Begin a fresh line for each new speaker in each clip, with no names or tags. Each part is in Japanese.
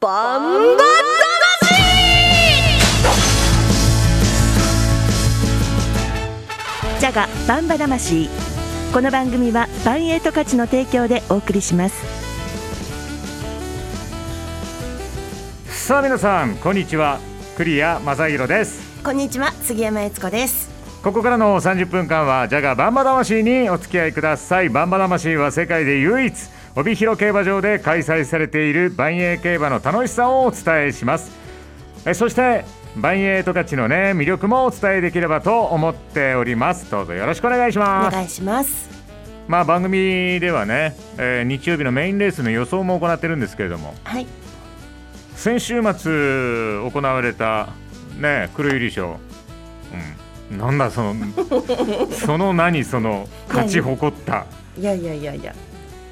バンバ
ジャガバンバ魂この番組はバンエイト価値の提供でお送りします
さあ皆さんこんにちは栗谷正宏です
こんにちは杉山悦子です
ここからの30分間はジャガバンバ魂にお付き合いくださいバンバ魂は世界で唯一帯広競馬場で開催されている万栄競馬の楽しさをお伝えしますえそして万栄十勝のね魅力もお伝えできればと思っておりますどうぞよろしくお願いし
お
ます
願いします
まあ番組ではね、えー日曜日のメインレースの予想も行ってるんですけれども
はい
先週末行われたね黒百合賞、うん、なん だそのその何その勝ち誇った
いやいやいやいや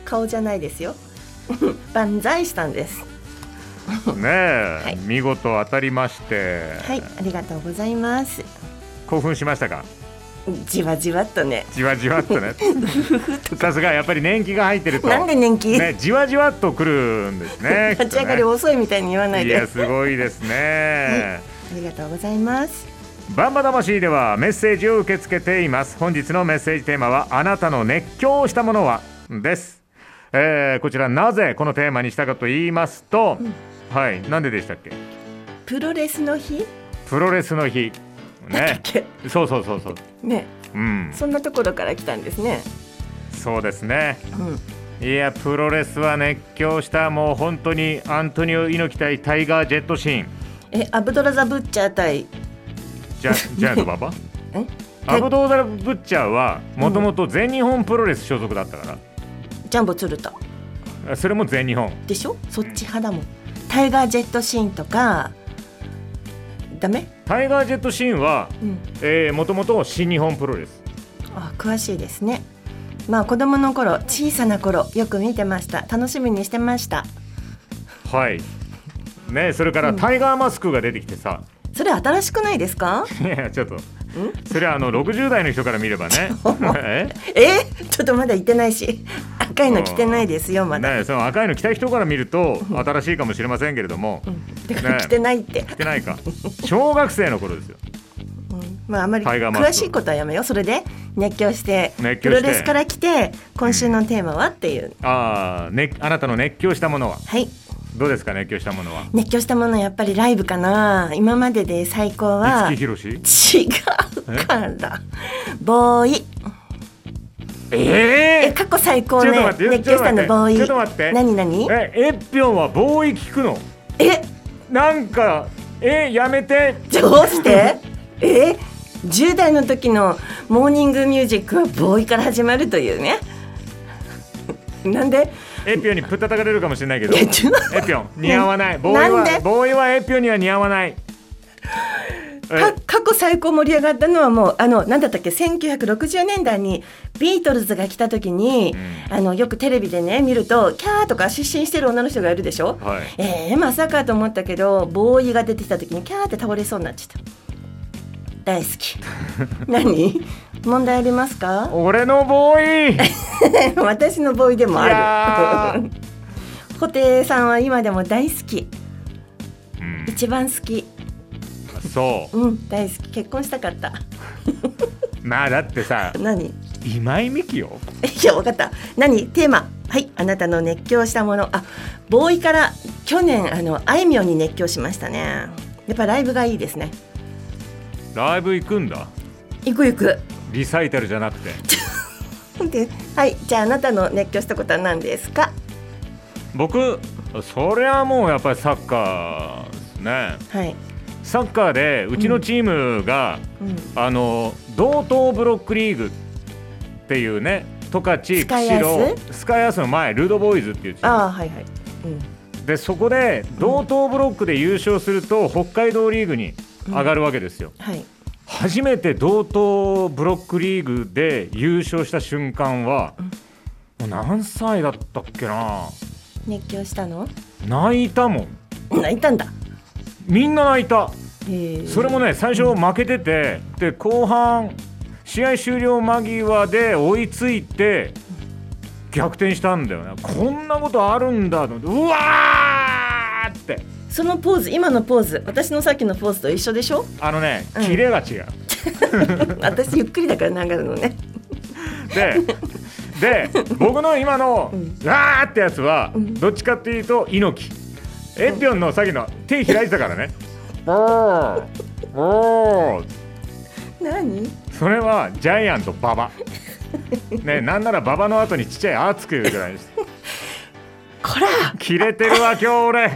顔じゃないですよ 万歳したんです
ねえ、
はい
見事当たりまして、
はいありがとうございます
興奮しましたか
じわじわっとね
じわじわっ とねさすがやっぱり年季が入ってると
なんで年季、
ね、じわじわっとくるんです ね
立ち上がり
きっ
遅いみたいに言わ
と
な
ね
い
い
で
や
す
すごいですね、
ありがとうございます
バンバ魂ではメッセージを受け付けています本日のメッセージテーマはあなたの熱狂したものはです、えーこちらなぜこのテーマにしたかと言いますと、はいなんででしたっけ
プロレスの日
プロレスの日ねそうそうそうそう
ね
うん
そんなところから来たんですね
そうですね
うん
いやプロレスは熱狂したもう本当にアントニオ猪木対タイガー・ジェットシーン
えアブドラザ・ブッチャー対
ジャジャイアント 馬場
え
アブドーダル・ブッチャーはもともと全日本プロレス所属だったから、
ジャンボ鶴田
それも全日本
でしょそっち派だもんタイガージェットシーンとかダメ
タイガー・ジェット・シーンは
うん
もともと新日本プロレス
あ詳しいですねまあ子供の頃小さな頃よく見てました楽しみにしてました
はいねそれからタイガーマスクが出てき てさ、
それ新しくないですか
いやちょっとそれはあの60代の人から見れ ばねえ
え ちょっとまだ行ってないし赤いの着てないですよまだ、
ねその赤いの着た人から見ると新しいかもしれませんけれども、
うんだから
ね
着てないって、
着てな いか小学生の頃ですよ
うんまああまり
タイガーマスク
詳しいことはやめようそれで熱狂して
熱
プ
狂して
ロレスから来て今週のテーマはっていう
ああ、ね、あなたの熱狂したものは
はい
どうですか熱狂したものは
熱狂したものはやっぱりライブかな今までで最高は
五木ひろし
違うからボーイえ
ええ
過去最高
ちょっと
ね
待って
熱狂したのボーイ
ちょっと待って
何何
ええっぴょんはボーイ聞くの
え
なんかえやめて
どうしてえ10代の時のモーニングミュージックはボーイから始まるというねなんで
エピオンにぶったたかれるかもしれないけど
いやちょっ
エピオン似合わないボーイ
なん
は
で
ボーイはエピオンには似合わない
か
え
過去最高盛り上がったのはもうあのなんだったっけ1960年代にビートルズが来た時に、あのよくテレビでね見るとキャーとか失神してる女の人がいるでしょ、
はい
えー、まさかと思ったけどボーイが出てきた時にキャーって倒れそうになっちゃった大好 き何問題ありますか
俺のボーイい
私のボーイでもあ
や
る
ー
布袋さんは今でも大好き一番好き
そ
うん大好き結婚したかった
うまあだってさ
何
今井美樹よ
いや、わかった。何テーマ。はい、あなたの熱狂したもの。あ、ボーイから去年、あの、あいみょんに熱狂しましたね。やっぱライブがいいですね。
ライブ行くんだ
行く行く。
リサイタルじゃなくて
で、はい、じゃあ、あなたの熱狂したことは何ですか。
僕それはもうやっぱりサッカーですね
はい。
サッカーでうちのチームが、
うん。
あの道東ブロックリーグっていうね十勝釧
スカイア
路
ー
スカイアースの前ルードボーイズっていうチーム
ああ、はいはい。うん。
でそこで道東ブロックで優勝すると北海道リーグに上がるわけですよ、
はい。
初めて道東ブロックリーグで優勝した瞬間は、もう何歳だったっけな
熱狂したの。
泣いたもん
泣いたんだ。
みんな泣いた
へえ
それもね最初負けててで後半試合終了間際で追いついて逆転したんだよねこんなことあるんだと思ってうわーーって
そのポーズ今のポーズ私のさっきのポーズと一緒でしょ
あのね
うん
キレが違う、
私ゆっくりだから流るのね
でで僕の今の
うん
「わー」ってやつは
うん
どっちかっていうと猪木エピョンのさっきの手開いてたからね「おーおー」
何
それはジャイアント 馬場ねなんなら馬場の後にちっちゃい「あ」つくぐらいにして
こら
切れてるわ今日俺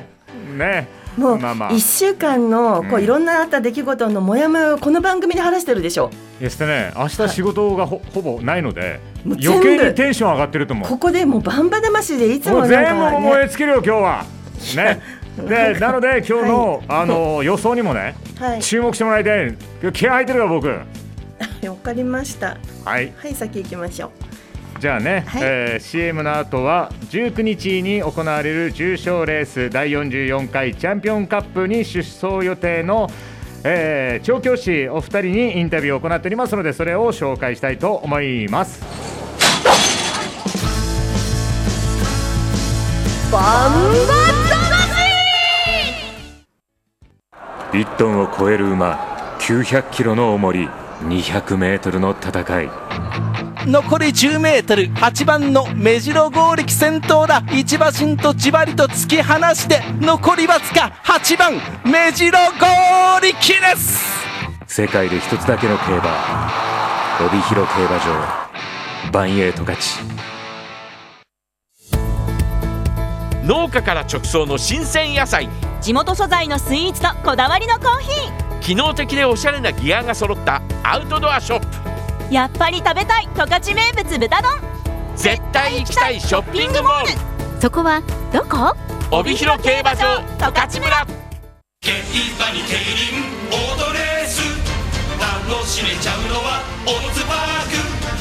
ね
もう
まあまあ
1週間のこ
う
うんいろんなあった出来事のモヤモヤをこの番組で話してるでしょ
そしてね明日仕事がほ,、ほぼないので
もう
余計にテンション上がってると思う
ここでもうバンバ魂でいつ
も
もな
う
ん
全部
か、
燃
ね、
え尽きるよ今日はねでなので今日の、あの予想にもね
はい
注目してもらいたい今日気合入ってるから僕は
わかりました
い
はい先行きましょう
じゃあね、
はい
えー CM の後は19日に行われる重賞レース第44回チャンピオンカップに出走予定の、えー調教師お二人にインタビューを行っておりますのでそれを紹介したいと思います
1トンを超える馬900キロの重り200メートルの戦い
残り 10m8 番の目白剛力先頭だ一馬身とじわりと突き放して残りわずか8番目白剛力です
世界で一つだけの競馬帯広競馬場バンエイト勝ち
農家から直送の新鮮野菜
地元素材のスイーツとこだわりのコーヒ
機能的でおしゃれなギアが揃ったアウトドアショップ
ーやっぱり食べたい十勝名物豚丼
絶対行きたいショッピングモール
そこはどこ
帯広競馬場十勝村
競馬に競輪オートレース楽しめちゃうのはオッズパーク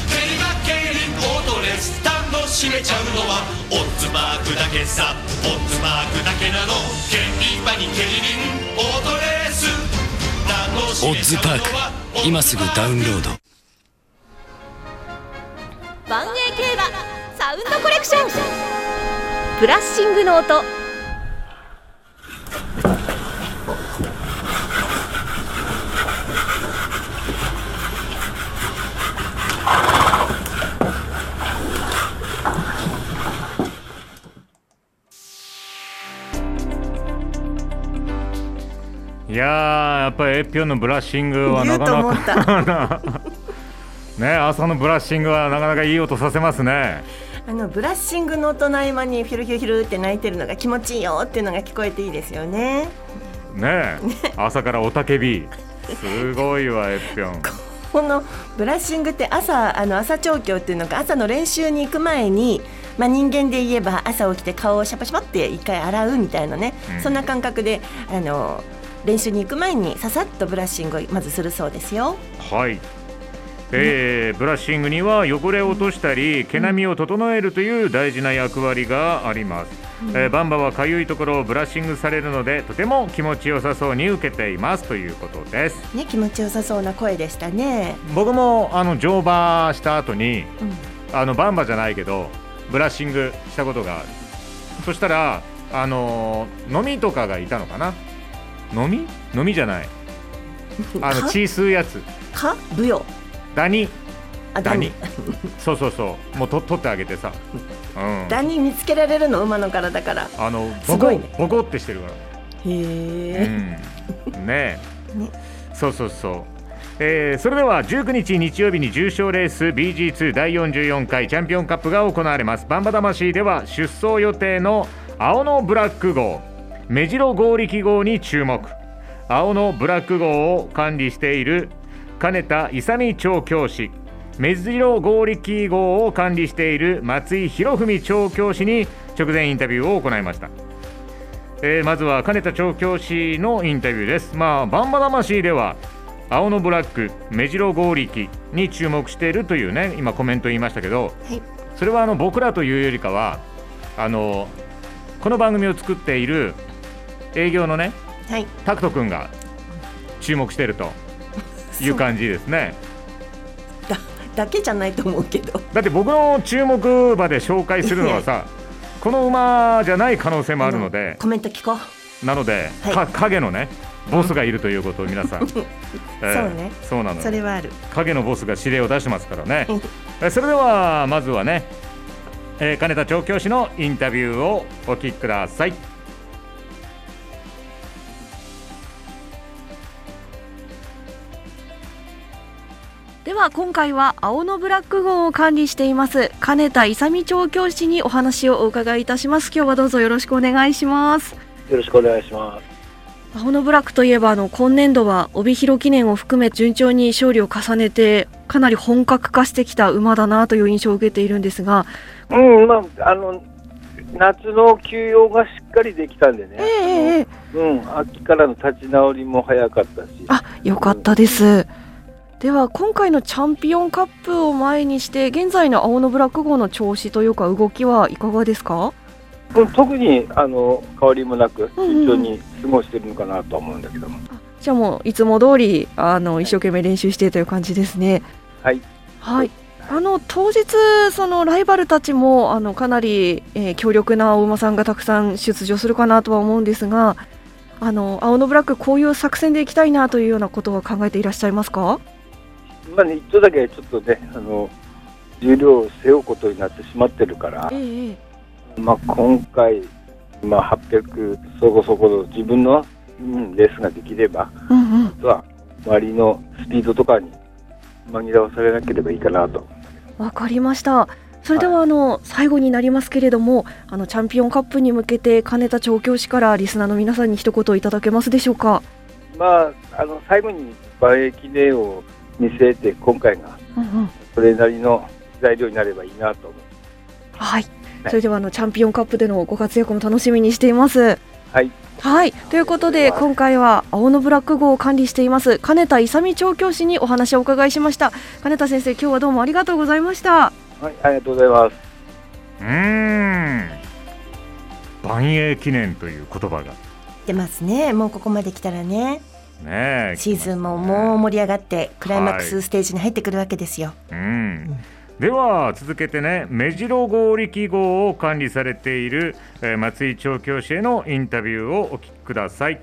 競馬競輪オートレース楽しめちゃうのはオッズパークだけさオッズパークだけなの競馬に競輪オートレース楽し
オ
め
ッ
ち
ズ
ゃ
パ
う
ー
の
ク
は
今すぐダウンロード
万栄競馬サウンドコレクションブラッシングの音
いやーやっぱりエピオンのブラッシングは
言
な
うと
か
思
な
った
かね朝のブラッシングはなかなかいい音させますね
あのブラッシングの音の合間にヒュルヒュルヒュルって鳴いてるのが気持ちいいよっていうのが聞こえていいですよね
ね朝からおたけびすごいわエピオン
このブラッシングって朝あの朝調教っていうのが朝の練習に行く前に、まあ、人間で言えば朝起きて顔をシャパシャパって一回洗うみたいなね、
うん
そんな感覚であの練習に行く前にささっとブラッシングをまずするそうですよ。
はい、えーブラッシングには汚れを落としたり毛並みを整えるという大事な役割があります、えーバンバはかゆいところをブラッシングされるのでとても気持ちよさそうに受けていますということです
ね気持ちよさそうな声でしたね。
僕もあの乗馬した後に
うん
あのバンバじゃないけどブラッシングしたことがあるそしたらあのー飲みとかがいたのかな飲み飲みじゃ ないあの
か
血吸うやつ
か舞踊
ダニ
あ
ダ
ダ
ニ
ニ
そうそうそうもうと取ってあげてさ、うん、
ダニ見つけられるの馬の体から。
あのボコ
すごいね
ボコってしてるから、
へえ。
うん、ねえ
ね
そうそうそうえーそれでは19日日曜日に重賞レース BG2 第44回チャンピオンカップが行われますバンバ魂では出走予定の青のブラック号目白合力号に注目青のブラック号を管理している金田勇調教師目白合力号を管理している松井博文調教師に直前インタビューを行いましたえーまずは金田調教師のインタビューです。まあ、バンバ魂では青のブラック、目白合力に注目しているというね、今コメント言いましたけど、
はい
それはあの僕らというよりかはあのこの番組を作っている営業のね、
はい。
タクト君が注目しているという感じですね。
だだけじゃないと思うけど。
だって僕の注目馬で紹介するのはさ、この馬じゃない可能性もあるので、
コメント聞こう。
なので、
はい
か影のねボスがいるということを皆 さん、
そうね
そうなのよ
それはある
影のボスが指令を出してますからねえそれではまずはね、えー金田調教師のインタビューをお聞きください
では今回は青のブラック号を管理しています金田勇美調教師にお話をお伺いいたします今日はどうぞよろしくお願いします
よろしくお願いします。
青のブラックといえばあの今年度は帯広記念を含め順調に勝利を重ねてかなり本格化してきた馬だなという印象を受けているんですが
うん、まあ、あの、夏の休養がしっかりできたんでね、
ええ
うん、秋からの立ち直りも早かったし、
あよかったですでは今回のチャンピオンカップを前にして現在の青のブラック号の調子というか動きはいかがですか
うん特に、あの、変わりもなく、順調に過ごしてるのかなとは思うんだけども。
じゃあもういつも通りあの一生懸命練習してという感じですね。
はい。
はい。あの当日そのライバルたちもあのかなり、えー強力なお馬さんがたくさん出場するかなとは思うんですが、あの青のブラックこういう作戦でいきたいなというようなことは考えていらっしゃいますか？
まあね、一度だけちょっとね、あの、重量を背負うことになってしまってるから、
ええ
まあ、今回、まあ、800そこそこの自分の、うん、レースができれば、
うんうん。
あとは周りのスピードとかに紛らわされなければいいかなと。
わかりました。それではあの、最後になりますけれども、あのチャンピオンカップに向けて金田調教師からリスナーの皆さんに一言いただけますでしょうか？
まあ、あの最後に馬英記念を見据えて、今回が
うんうん。
それなりの材料になればいいなと思う。
はい。それではあのチャンピオンカップでのご活躍も楽しみにしています。
はい、
はい。ということで今回は青のブラック号を管理しています金田勇美調教師にお話をお伺いしました。金田先生、今日はどうもありがとうございました。
はい、ありがとうございます。
うーん万栄記念という言葉が
出ますねもうここまで来たらね
ねえ
シーズンももう盛り上がってクライマック
はい
スステージに入ってくるわけですよ、
うん、では続けてね目白合力号を管理されている、えー松井調教師へのインタビューをお聞きください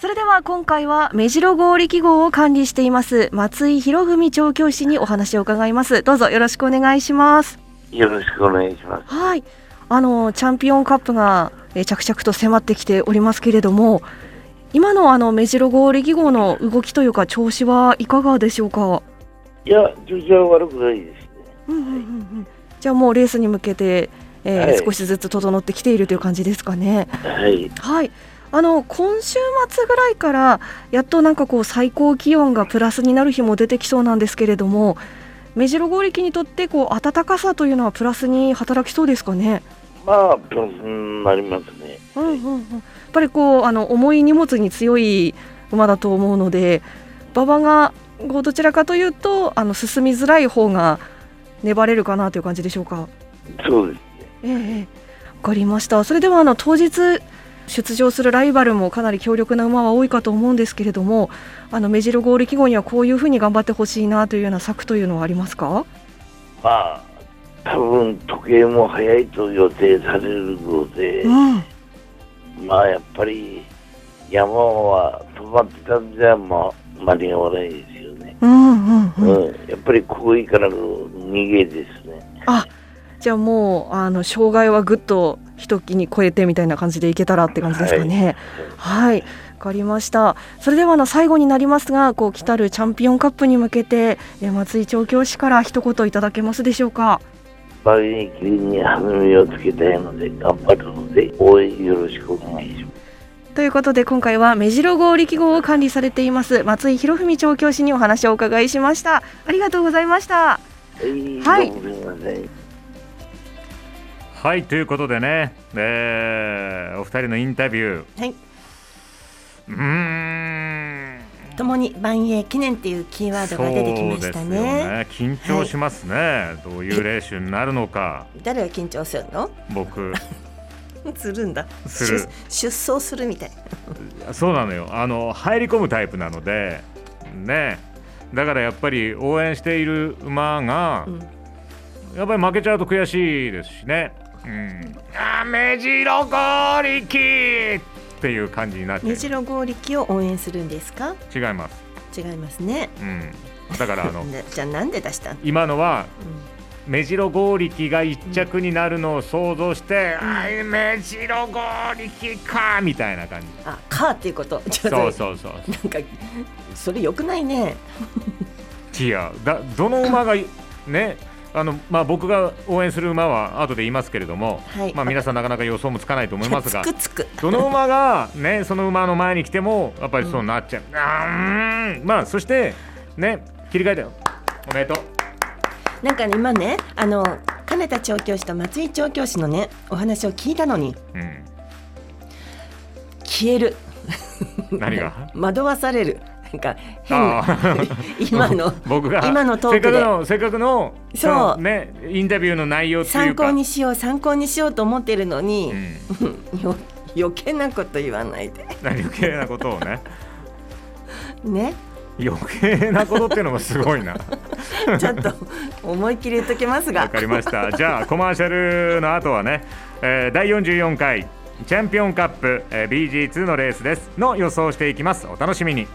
それでは今回は目白号力号を管理しています松井博文調教師にお話を伺います。どうぞよろしくお願いします。
よろしくお願いします。
はい、あのチャンピオンカップがえー着々と迫ってきておりますけれども、今のあの目白号力号の動きというか調子はいかがでしょうか。
いや、調子は悪くないですね。
うんうんうんうん。じゃあもうレースに向けて、えー
はい
少しずつ整ってきているという感じですかね。
はい、
はい。あの今週末ぐらいからやっとなんかこう最高気温がプラスになる日も出てきそうなんですけれども、目白号力にとってこう暖かさというのはプラスに働きそうですかね。
まあ、プラスになりますね。
うんうんうん、やっぱりこうあの重い荷物に強い馬だと思うので馬場がこうどちらかというとあの進みづらい方が粘れるかなという感じでしょうか。
そうです。
ええええ、わかりましたそれではあの当日出場するライバルもかなり強力な馬は多いかと思うんですけれどもあの目白合力号にはこういうふうに頑張ってほしいなというような策というのはありますか
まあ、多分時計も早いと予定されるので
うん
まあ、やっぱり山は止まってたんじゃ、まあ、間に合わないですよね。
うんうんうん、
うん、やっぱりこういからの逃げですね。
じゃあもうあの障害はぐっと一気に超えてみたいな感じでいけたらって感じですかね。はい、わかりました。それではあの最後になりますが、こう来たるチャンピオンカップに向けてえー松井調教師から一言いただけますでしょうか。
バリにキリに弾みをつけたいので頑張るので応援よろしくお願いします。
ということで今回は目白号力号を管理されています松井博文調教師にお話をお伺いしました。ありがとうございました。はい
どうもすいません。
はいということでね、えーお二人のインタビュー
はいう
ーん
共に万栄記念っていうキーワードが出てきました
そうですよ
ね
ね緊張しますね、どういう練習になるのか
誰が緊張する の
僕
するんだ
する
出出走するみたい
そうなのよあの入り込むタイプなのでねだからやっぱり応援している馬が、
うん
やっぱり負けちゃうと悔しいですしね。うん、あー目白剛力っていう感じになって違
目
い
白剛力を応援するんですか
ます。
違いますね
うん、だからあの
なじゃあなんで出したの
今のは、目白剛力が一着になるのを想像して、あー目白剛力かみたいな感じ。
あかっていうこと ちょっと
そうそうそう。
なんかそれ良くないね
いやだどの馬がいねあのまあ、僕が応援する馬は後で言いますけれども、
はい
まあ、皆さん、なかなか予想もつかないと思いますが
つくつく
どの馬が、ね、その馬の前に来てもやっぱりそうなっちゃう、あーうーんまあ、そして、ね、切り替えたよおめでとう
なんかね今ねあの金田調教師と松井調教師のねお話を聞いたのに、
うん
消える
何が
惑わされるなんか変な
あー
今の
僕が
今のトー
せっ
ク
か
で
くのせっかくの
そう
のね、インタビューの内容ってい
参
うか
考にしよう参考にしようと思ってるのに、 よ余計なこと言わないで
何余計なことをね
ね
余計なことっていうのもすごいな。
ちょっと思い切り言っときますが
わかりました。じゃあコマーシャルの後はね、えー、第44回チャンピオンカップ、えー、BG2 のレースですの予想をしていきます。お楽しみに。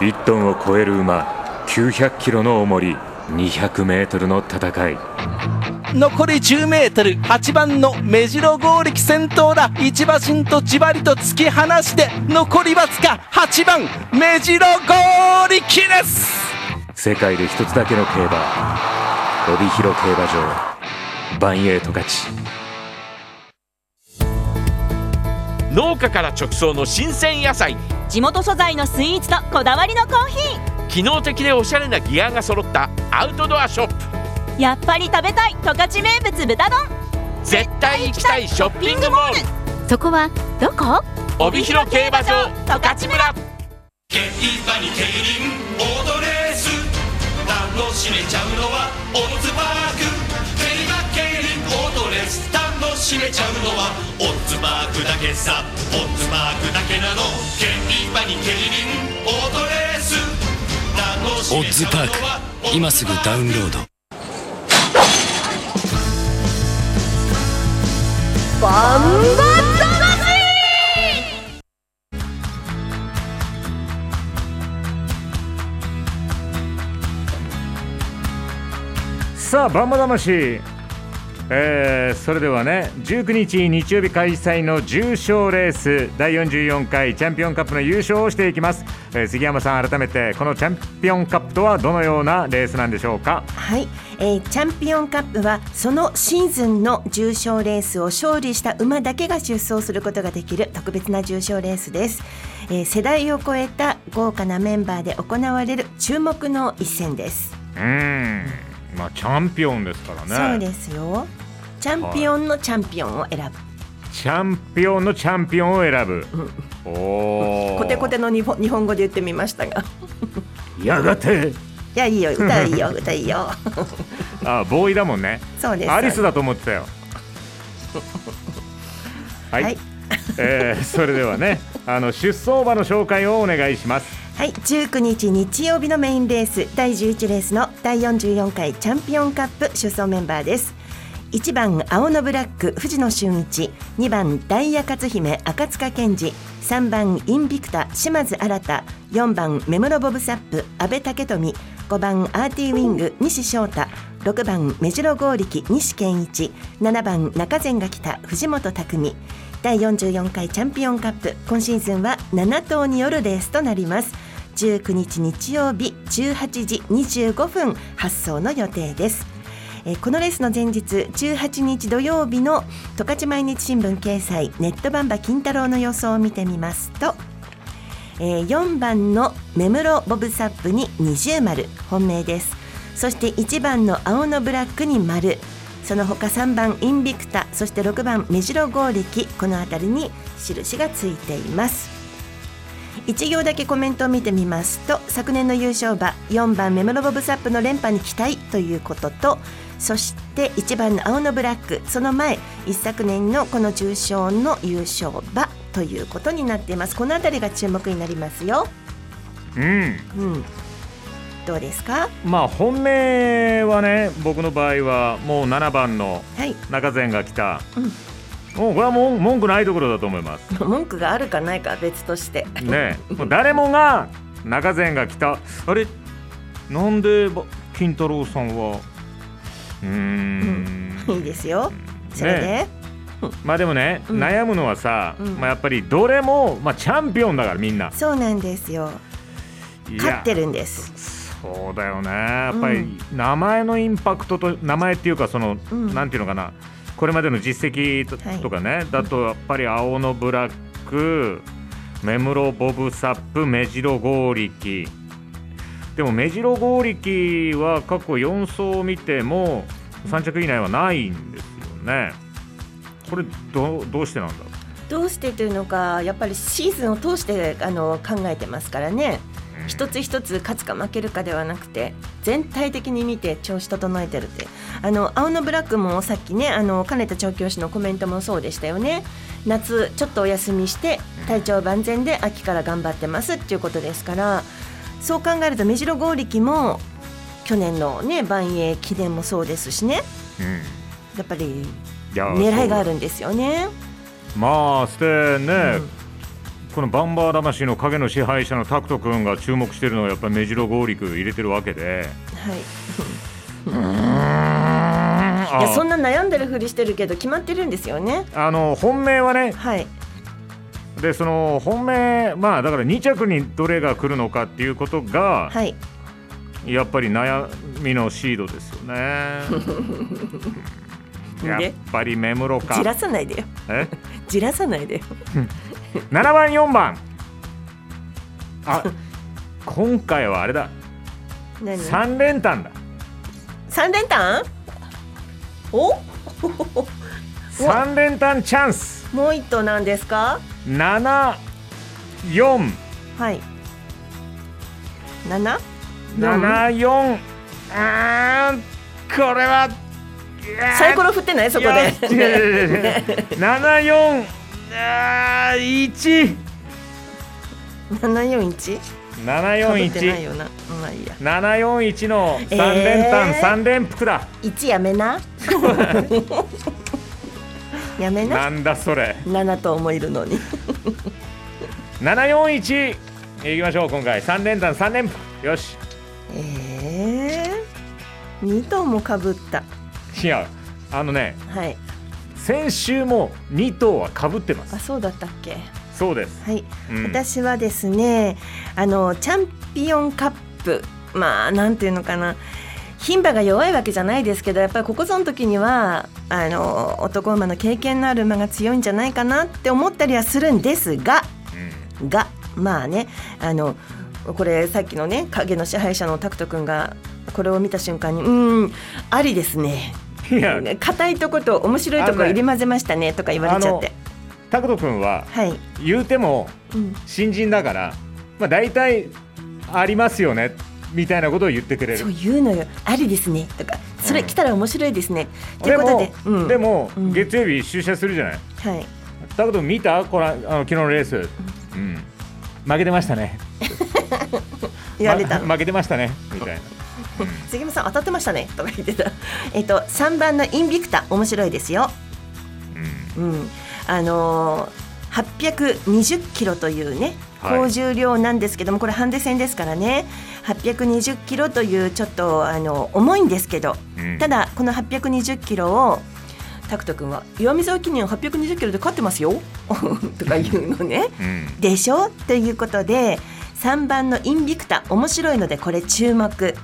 1トンを超える馬900キロの重り200メートルの戦い
残り10メートル8番の目白剛力先頭だ一馬身とじわりと突き放して残りわずか8番目白剛力です
世界で一つだけの競馬帯広競馬場バンエイト勝ち
農家から直送の新鮮野菜
地元素材のスイーツとこだわりのコーヒ
機能的でおしゃれなギアが揃ったアウトドアショップ
ーやっぱり食べたい十勝名物豚丼
絶対行きたいショッピングモール
そこはどこ
帯広競馬場
十勝村
競馬に競輪オートレース楽しめちゃうのはオッズパーク競馬競輪オートレース楽しめちゃうのはオッズパークだけさオッズパークだけなの競馬に競輪オートレース楽し
オッ
めち
ズ
ゃう
パ
の
ーク
は
今すぐダウンロード
バンバ
さあバンバ魂、えー、それではね19日日曜日開催の重賞レース第44回チャンピオンカップの優勝をしていきます、えー杉山さん改めてこのチャンピオンカップとはどのようなレースなんでしょうか
はい、えーチャンピオンカップはそのシーズンの重賞レースを勝利した馬だけが出走することができる特別な重賞レースです、えー世代を超えた豪華なメンバーで行われる注目の一戦です、
うーんまあチャンピオンですからね
そうですよチャンピオンのチャンピオンを選ぶ、
チャンピオンのチャンピオンを選ぶ。おお。
コテコテの日本日本語で言ってみましたが
やがて。
いやいいよ歌いいよ歌いい よ
あ、ボーイだもんね。
そうです
アリスだと思ってたよ。はい。えーそれでは ね、あの出走馬の紹介をお願いします。
はい、19日日曜日のメインレース第11レースの第44回チャンピオンカップ出走メンバーです1番青のブラック藤野俊一2番ダイヤ勝姫赤塚健二3番インビクタ島津新4番メムロボブサップ阿部武富5番アーティウィング西翔太6番目白剛力西健一7番中前が来た藤本拓海第44回チャンピオンカップ今シーズンは7頭によるレースとなります19日日曜日18時25分発送の予定ですえーこのレースの前日18日土曜日の十勝毎日新聞掲載ネットバンバ金太郎の予想を見てみますとえー4番の目室ボブサップに二重丸本命ですそして1番の青のブラックに丸その他3番インビクタそして6番目白剛力この辺りに印がついています1行だけコメントを見てみますと昨年の優勝馬4番メモロボブサップの連覇に期待ということとそして1番の青のブラックその前一昨年のこの重賞の優勝馬ということになっていますこの辺りが注目になりますよ
うん。
うんどうですか
まあ本命はね僕の場合はもう7番の
はい
中前が来た、
うん
もうこれはもう文句ないところだと思 います
まあ文句があるかないかは別として
ねえもう誰もが中前が来たあれなんでば金太郎さんはうーん
いいですよそれで、
ねまあでもね、
うん
悩むのはさ、
うん
まあ、やっぱりどれも、まあ、チャンピオンだからみんな
そうなんですよ勝ってるんです
そうだよねやっぱ
う
り
ん
名前のインパクトと名前っていうかその、
うん
なんていうのかなこれまでの実績と,、
はい
かねだとやっぱり青のブラック目室ボブサップ目白剛力でも目白剛力は過去4走を見ても3着以内はないんですよねこれどうどうしてなんだろう
どうしてというのかやっぱりシーズンを通してあの考えてますからね一つ一つ勝つか負けるかではなくて全体的に見て調子整えてるってあの青のブラックもさっきねあの金田調教師のコメントもそうでしたよね夏ちょっとお休みして体調万全で秋から頑張ってますっていうことですからそう考えると目白剛力も去年のね万栄記念もそうですしねやっぱり
いや
狙いがあるんですよね。
まあしてね、このバンバー魂の影の支配者のタクト君が注目してるのはやっぱり目白剛力入れてるわけで
はいいや
あ
そんな悩んでるふりしてるけど決まってるんですよね。
あの本命はね、でその本命まあだから2着にどれが来るのかっていうことが、
はい
やっぱり悩みのシードですよ ねやっぱり目室か
じらさないでよ。
え
じらさないでよ。
7番4番 あ今回はあれだ
何
3連単だ
三連単？お？
3連単チャンス
もう一頭なんですか？
七四
はい。七？
七四あーこれは
サイコロ振ってないそこで。
七四あ一
七四一？
七四
被ってないよ
一
な。まあいいや。
七四一の
えー
三連単三連複だ、
一やめ な。やめな。
なんだそれ
七頭もいるのに。
七四一いきましょう今回三連単三連複よし
ええー。二頭もかぶった。
違うあのね
はい。
先週も二頭は被ってます
あそうだったっけ？
そうです
はい、
うん
私はですねあのチャンピオンカップまあなんていうのかな牝馬が弱いわけじゃないですけどやっぱりここぞの時にはあの男馬の経験のある馬が強いんじゃないかなって思ったりはするんですが、がまあねあのこれさっきのね影の支配者の拓人君がこれを見た瞬間にうーんありですね
いや
硬いとこと面白いとこ入り混ぜましたねとか言われちゃって。
拓人君は
はい、
言うても
うん
新人だから、まあ、大体ありますよねみたいなことを言ってくれる
そう言うのよありですねとかそれ来たら面白いですね、とい
で
うことで
も、でも、月曜日出社するじゃない
はい
だけど見たこのあの昨日のレース、うん、負けてましたね
言われた
ま負けてましたねみたいな
杉山さん当たってましたねとか言ってた えっと3番のインビクタ面白いですようん、あのー、820キロというね
はい
高重量なんですけども、これハンデ戦ですからね820キロというちょっとあの重いんですけど、
うん
ただこの820キロを拓人君は岩見沢記念820キロで勝ってますよ とか言うのね。でしょということで3番のインビクタ面白いのでこれ注目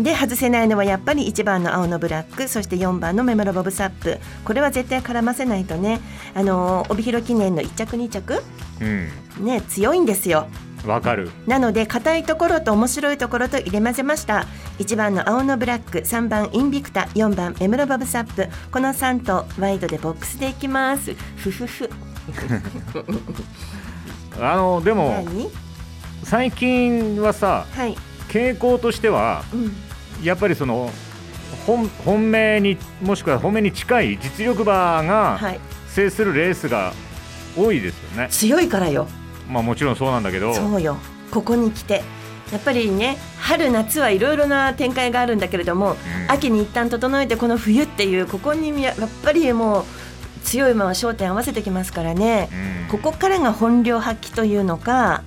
で外せないのはやっぱり1番の青のブラックそして4番のメモロボブサップこれは絶対絡ませないとねあのー帯広記念の1着2着
うん
ね強いんですよ
うんわかる
なので硬いところと面白いところと入れ混ぜました1番の青のブラック3番インビクタ4番メムロバブサップこの3頭ワイドでボックスでいきますふふふ
あのでも
何
最近はさ
はい
傾向としては
うん
やっぱりその本本命にもしくは本命に近い実力馬が
はい
制するレースが多いですよね、
強いからよ
まあもちろんそうなんだけど
そうよここに来てやっぱりね春夏はいろいろな展開があるんだけれども、秋に一旦整えてこの冬っていうここにややっぱりもう強い馬は焦点合わせてきますからね、ここからが本領発揮というのか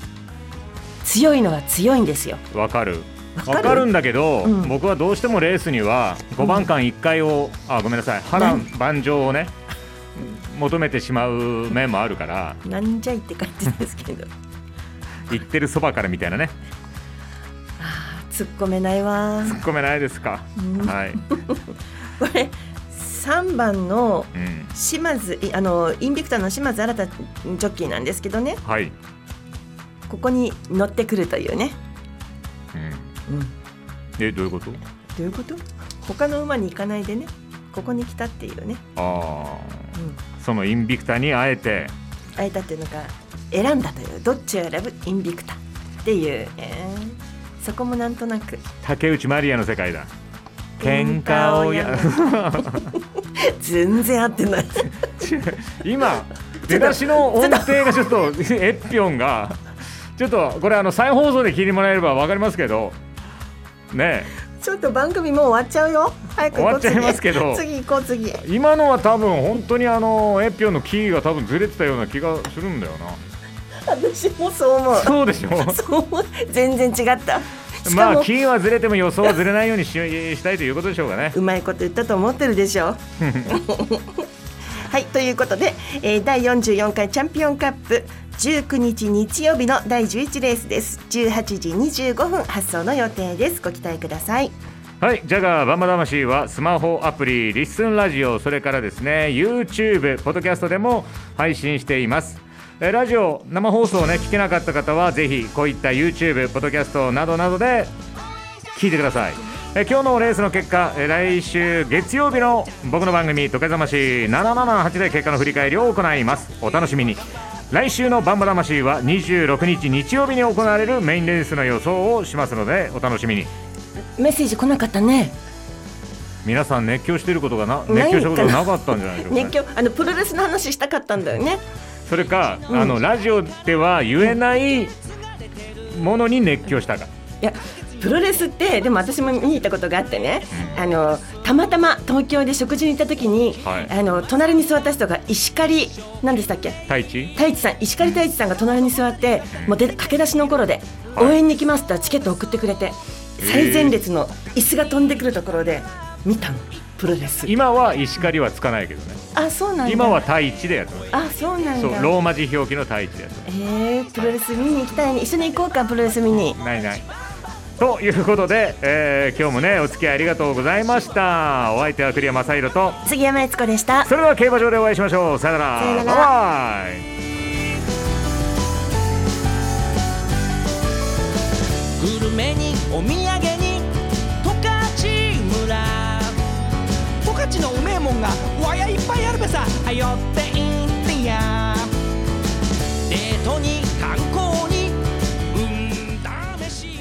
強いのは強いんですよ。
わかる
かる
わかるんだけど、
うん
僕はどうしてもレースには5番間1回を、あごめんなさい波乱万丈をね求めてしまう面もあるから
なんじゃいって感じですけど
言ってるそばからみたいなね
突っ込めないわ
突っ込めないですか、
うん
はい、
これ3番の
うん、
島津いあのインビクタの島津新ジョッキーなんですけどね
はい、
ここに乗ってくるというね
うんえどういうこと
どういうこと他の馬に行かないでねここに来たっていうね
ああ、そのインビクタにあえて
あえたっていうのが選んだというどっちを選ぶインビクタっていう、えーそこもなんとなく
竹内まりやの世界だ
喧
喧
嘩
嘩
を
を
や
や
全然合って ない
今出だしの音程がちょっとエッピョンがちょっとこれあの再放送で聞いてもらえればわかりますけどね
ちょっと番組もう終わっちゃうよ早く行こう
終わっちゃいますけど
次次行こう次
え今のは多分本当にあのエッピョンのキーが多分ずれてたような気がするんだよ な
私もそう思う
そうでしょ
そう思う全然違ったしかも、
まあキーはずれても予想はずれないようにししたいということでしょうかね
うまいこと言ったと思ってるで しょはいということで、えー、第44回チャンピオンカップ19日日曜日の第11レースです18時25分発送の予定ですご期待ください
はい、ジャガーバンバ魂はスマホアプリ、リッスンラジオ、それからですね、YouTube、ポッドキャストでも配信しています。えーラジオ、生放送をね、聞けなかった方は、ぜひこういった YouTube、ポッドキャストなどなどで聞いてください。えー今日のレースの結果、えー来週月曜日の僕の番組、トケザマシ778で結果の振り返りを行います。お楽しみに。来週のバンバ魂は26日日曜日に行われるメインレースの予想をしますので、お楽しみに。
メッセージ来なかったね
皆さん熱狂してることがな
ない
熱
んかな
狂したことがなかったんじゃないでしょうか、
熱狂あのプロレスの話したかったんだよね
それか、あのラジオでは言えないものに熱狂したか
いやプロレスってでも私も見に行ったことがあってね、あのたまたま東京で食事に行った時に、
はい
あの隣に座った人が石狩何でしたっけ
太一
太一さん石狩太一さんが隣に座ってもうで駆け出しの頃で応援に来ますってチケット送ってくれて最前列の椅子が飛んでくるところで見たのプロレス
今は石狩はつかないけどね
あそうなんだ
今は太一でやってます
あそうなん
そ
だ
うローマ字表記の太一でやってま
えー、プロレス見に行きたいね一緒に行こうかプロレス見に
すないないということで、えー今日もねお付き合いありがとうございましたお相手は栗山正宏と
杉山悦子でした
それでは競馬場でお会いしましょうさよなら
さよなら
バイバイ
グルメにお土産に十勝村十勝のうめえもんがわやいっぱいあるべさはよっていってやデートに観光に運試し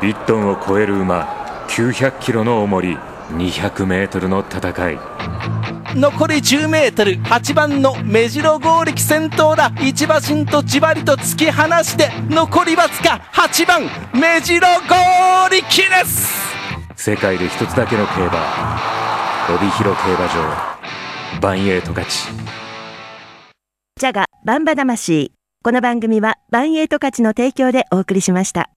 1トンを超える馬900キロの重り200メートルの戦い
残り10メートル8番の目白剛力先頭だ一馬身とじわりと突き放して残りわずか8番目白剛力です
世界で一つだけの競馬帯広競馬場バンエイト勝ち
ジャガバンバ魂この番組はバンエイト勝ちの提供でお送りしました